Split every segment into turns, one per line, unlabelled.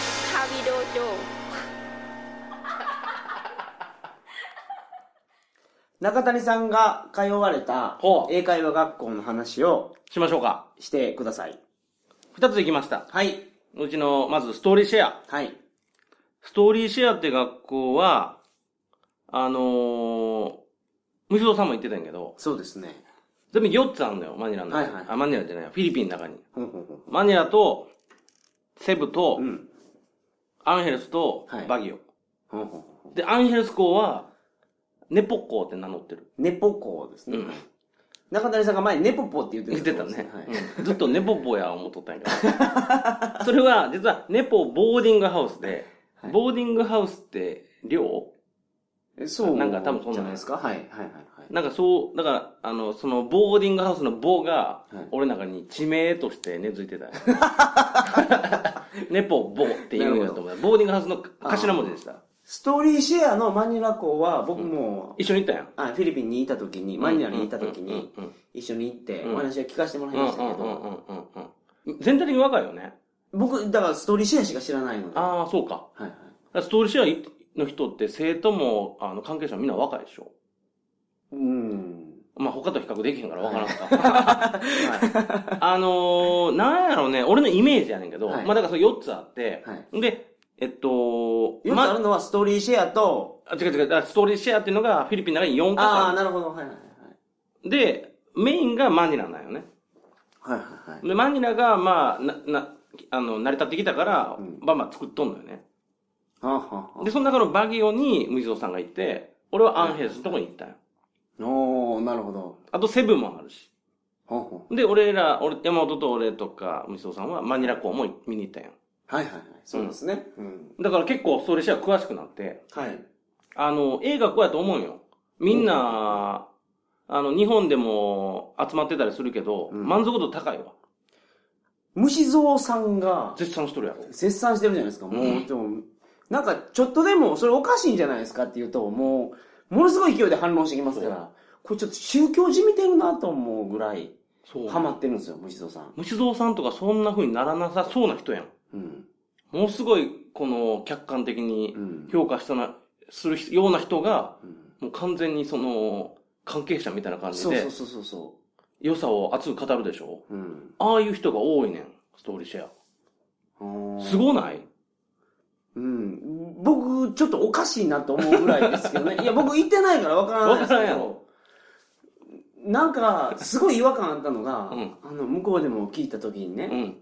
表情
中谷さんが通われた
ほう
英会話学校の話を
しましょうか。
してください。
二つ行きました。
はい。
うちの、まずストーリーシェア。
はい。
ストーリーシェアって学校は、あのー、虫蔵さんも言ってたんやけど、
そうですね。
全部4つあるのよ、マニラの中に。
はいはい
あ、マニラじゃないよフィリピンの中に。
ほんほんほん。
マニラと、セブと、
うん。
アンヘルスと
はい、
バギオ。
ほんほんほん。
で、アンヘルス校は、ネポッ校って名乗ってる。
ネポ校ですね。
うん
中谷さんが前ネポポって言って
言ってた
ところ
ね
です。
うんずっとネポボや思っとったんやけど。それは、実はネポボーディングハウスで、
はい
ボーディングハウスって寮
はいえそう。
なんか多分そんな
じゃないですか。はい。はいはい
なんかそう、だから、あの、そのボーディングハウスの棒が
はい、
俺の中に地名として根付いてたよ。ネポボっていうんやと思う。ボーディングハウスの頭文字でした。
ストーリーシェアのマニラ校は僕も、
一緒に行ったやん。
あフィリピンにいた時に、マニラにいた時に
うんうん
一緒に行って
うん
お話は聞かせてもらい
うんうん
ましたけ
うん
ど、
うんうんうん全体的に若いよね。
僕、だからストーリーシェアしか知らないので。は
ああ、そうか。
いはい。
だからストーリーシェアの人って生徒もあの関係者もみんな若いでしょ。
うん。
まあ他と比較できへんからわからんか。はいあのー、なんやろうね、俺のイメージやねんけど、
はい
まあだからその4つあって、
は
で、えっと、
よくある
ま
のはストーリーシェアと、
あ、違う違う、だからストーリーシェアっていうのがフィリピンの中に4
ああ、
か
なるほど。はいはいはい。
所で、メインがマニラなんよね。
はいはいはい。
で、マニラが、まあ、な、な、あの、成り立ってきたから、
うん
バンバン作っとんのよね。
はあはあは
で、その中のバギオに無地蔵さんが行って、俺はアンヘルスのとこに行ったよ。
あ。おー、なるほど。
あとセブンもあるし。
ほんほん。
で、俺ら、俺、山本と俺とか、無地蔵さんはマニラ校も見に行ったよ。
はいはいはい。そうですね。うん。
だから結構、それじゃ詳しくなって、
はい。
あの、映画こうやと思うよ。みんな、あの、日本でも集まってたりするけど、
うん
満足度高いわ。
虫蔵さんが
絶賛しとるやろ。
絶賛してるじゃないですか。もう、でも、なんかちょっとでもそれおかしいんじゃないですかって言うと、もう、ものすごい勢いで反論してきますから、これちょっと宗教じみてるなと思うぐらい、
そう。
ハマってるんですよ、虫蔵さん。
虫蔵さんとかそんな風にならなさそうな人やん。
うん。
ものすごい、この、客観的に
うん。
評価したな、するような人が、
うん
もう完全にその、関係者みたいな感じ
そう
で
そう、そうそうそ
良さを熱く語るでしょ
う。うん。
ああいう人が多いねん、ストーリーシェア。す
い。
ごない
うん。僕、ちょっとおかしいなと思うぐらいですけど ね。いや、僕行ってないからわからない
わ
で
からん
す
や
けど
ろ。。
なんか、すごい違和感あったのが、
うん
あの、向こうでも聞いた時に
う
ね、
ん。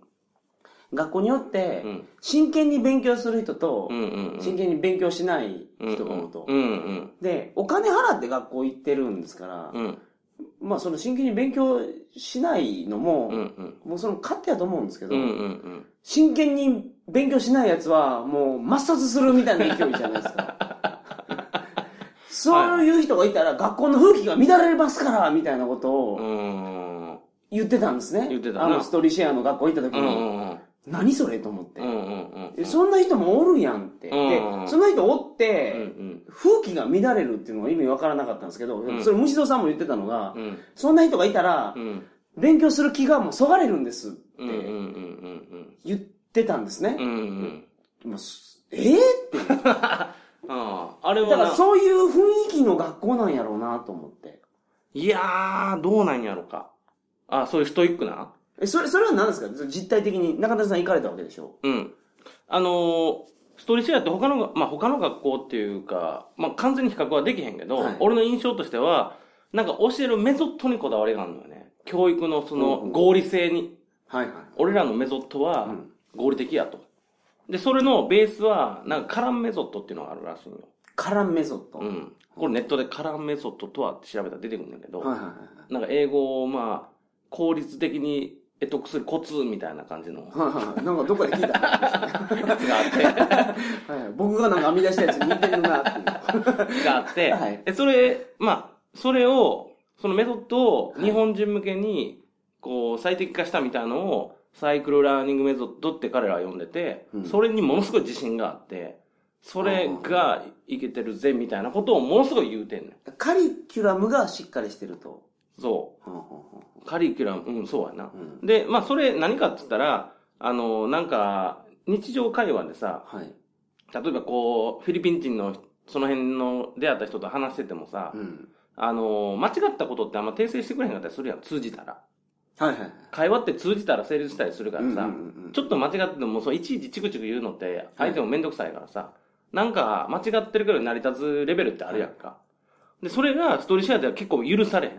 学校によって
う、ん。
真剣に勉強する人と
う、んうん。
真剣に勉強しない人がおると。
うんうん
で、お金払って学校行ってるんですから
う、んうん
まあその真剣に勉強しないのも、
うんうん
もうその勝手やと思うんですけど、
うんうん
真剣に勉強しないやつはもう抹殺するみたいな勢いじゃないですか。 そういう人がいたら学校の風紀が乱れますから、みたいなこと
う
を
んうん
言ってたんですね。
言ってたな
あのストーリーシェアの学校行った時
う
に、
んうん
何それと思って、
うんうんうん
えそんな人もおるやんって。
うん
で
うんう、ん
その人おっ
う
て、
ん
風紀が乱れるっていうのは意味わからなかったんですけど、
うん
それ虫蔵さんも言ってたのが、
うん
そんな人がいたら
う、ん
勉強する気がもうそがれるんですっ
うんうんうん
て
うん
言ってたんですね
うんう。んうん
もうすえー
あああれ
だか
は
ら
な
そういう雰囲気の学校なんやろうなと思って。
いやーどうなんやろかあそういうストイックな
え、それ、それは何ですか実体的に中田さん行かれたわけでしょ
うんあのーストーリーシェアって他のが、まあ、他の学校っていうか、まあ、完全に比較はできへんけど、
はい
俺の印象としては、なんか教えるメソッドにこだわりがあるのよね。教育のその
うんうん
合理性に、
はいはい。
俺らのメソッド
う
は
ん
合理的やと。で、それのベースは、なんかカランメソッドっていうのがあるらしいよ。
カランメソッド。
う
はい
ん。これネットでカランメソッドとはって調べたら出てくるんだけど、
はいはいはい。
なんか英語をまあ、効率的に得得するコツみたいな感じの
はいはいはい。なんかどっかで聞いた話ですね
やつがあって、
はいはい。僕がなんか編み出したやつに似てるなっていう。
があって、
はい
でそれ、まあ、それを、そのメソッドを日本人向けに、こう、最適化したみたいなのを、サイクルラーニングメソッドって彼らは呼んでて、
うん
それにものすごい自信があって、それがいけてるぜみたいなことをものすごい言うてんねん。
カリキュラムがしっかりしてると。
そ
はあはあはあ
う。カリキュラム、うん、そうやな。
うん
で、まあ、それ何かって言ったら、あの、なんか、日常会話でさ、
はい。
例えばこう、フィリピン人のその辺の出会った人と話しててもさ、
うん。
あの、間違ったことってあんま訂正してくれへんかったりするやん、通じたら。
はいはい。
会話って通じたら成立したりするからさ、ち
ょっ
ょっと間違ってても、そういちいちチクチク言うのって、相手もめんどくさいからさ、なんか間違ってるけど成り立つレベルってあるやんか。で、それがストーリーシェアでは結構許されへん。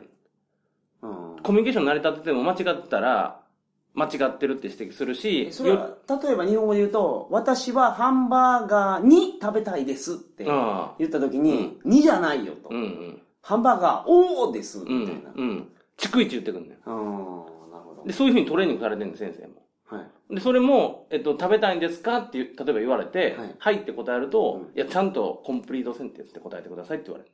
と、うん
コミュニケーション成り立ってても間違ってたら、間違ってるって指摘するし
え、それ
よ
は、例えば日本語で言うと、私はハンバーガーに食べたいですって
ああ
言った時に、にじゃないよと
う。んうん。
ハンバーガー、おーですみ
う
たい
ん
な。。
うん。逐一言ってくんねん。
あーなるほど
で、。そういうふうにトレーニングされてんねん、先生も。
はい。
で、それも、えっと、食べたいんですかっていう、例えば言われて、
はい
はい、って答えると、
う
いや、ちゃんとコンプリートセンテンスで答えてくださいって言われる。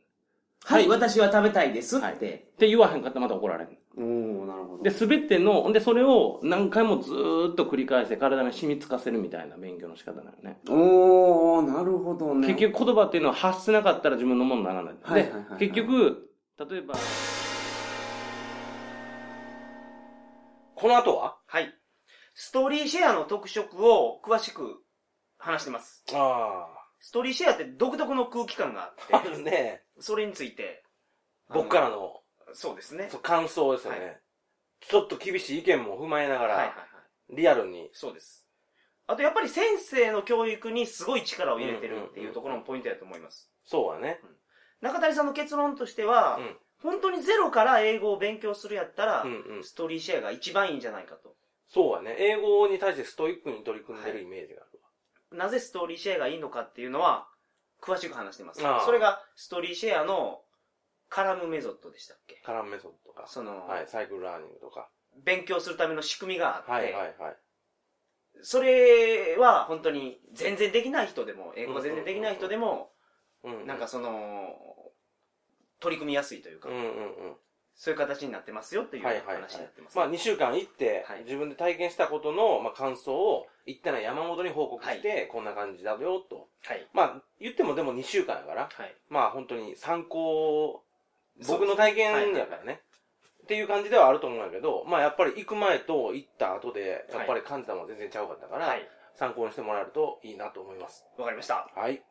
はい、私は食べたいですって。
って言わへんかったらまた怒られる。
おーなるほど。
で、すべての、んで、それを何回もずーっと繰り返して体に染み付かせるみたいな勉強の仕方なのね。
おーなるほどね。
結局言葉っていうのは発せなかったら自分のものにならない。
はいはいはいはい
で、結局、例えば。この後は
はい。ストーリーシェアの特色を詳しく話してます。
あ
ストーリーシェアって独特の空気感があって、
るね。
それについて。ら。
らの
そうですね。
そう感想ですよね、
は
ちょっと厳しい意見も踏まえながら、
はいはいはい。
リアルに。
そうです。あとやっぱり先生の教育にすごい力を入れてるっていうところもポイントだと思います。
そうはね。
中谷さんの結論としては、
うん
本当にゼロから英語を勉強するやったら、
うんうん。
ストーリーシェアが一番いいんじゃないかと。
そうはね。英語に対してストイックに取り組んでるイメージがある
なぜストーリーシェアがいいのかっていうのは、詳しく話してます
ああ。
それがストーリーシェアのカラムメソッドでしたっけ
わ。カランメソッドとか、
その、
はい、サイクルラーニングとか。
勉強するための仕組みがあって、
はいはいはい。
それは本当に全然できない人でも、英語が全然できない人でも、
うん、
なんか、その、取り組みやすいというか、
うんうんうん。
そういう形になってますよっていう
はいはいはい
話になってます。
まあ2週間行って、
はい
自分で体験したことの、まあ、感想を、行ったら山本に報告して、こんな感じだよと。
はい。
まあ言ってもでも2週間やから、
はい。
まあ本当に参考、
そう
僕の体験やからね。っていう感じではあると思うんやけど、まあやっぱり行く前と行った後で、
はい
やっぱり感じたものは全然ちゃうかったから、
はい。
参考にしてもらえるといいなと思います。
わかりました。
はい。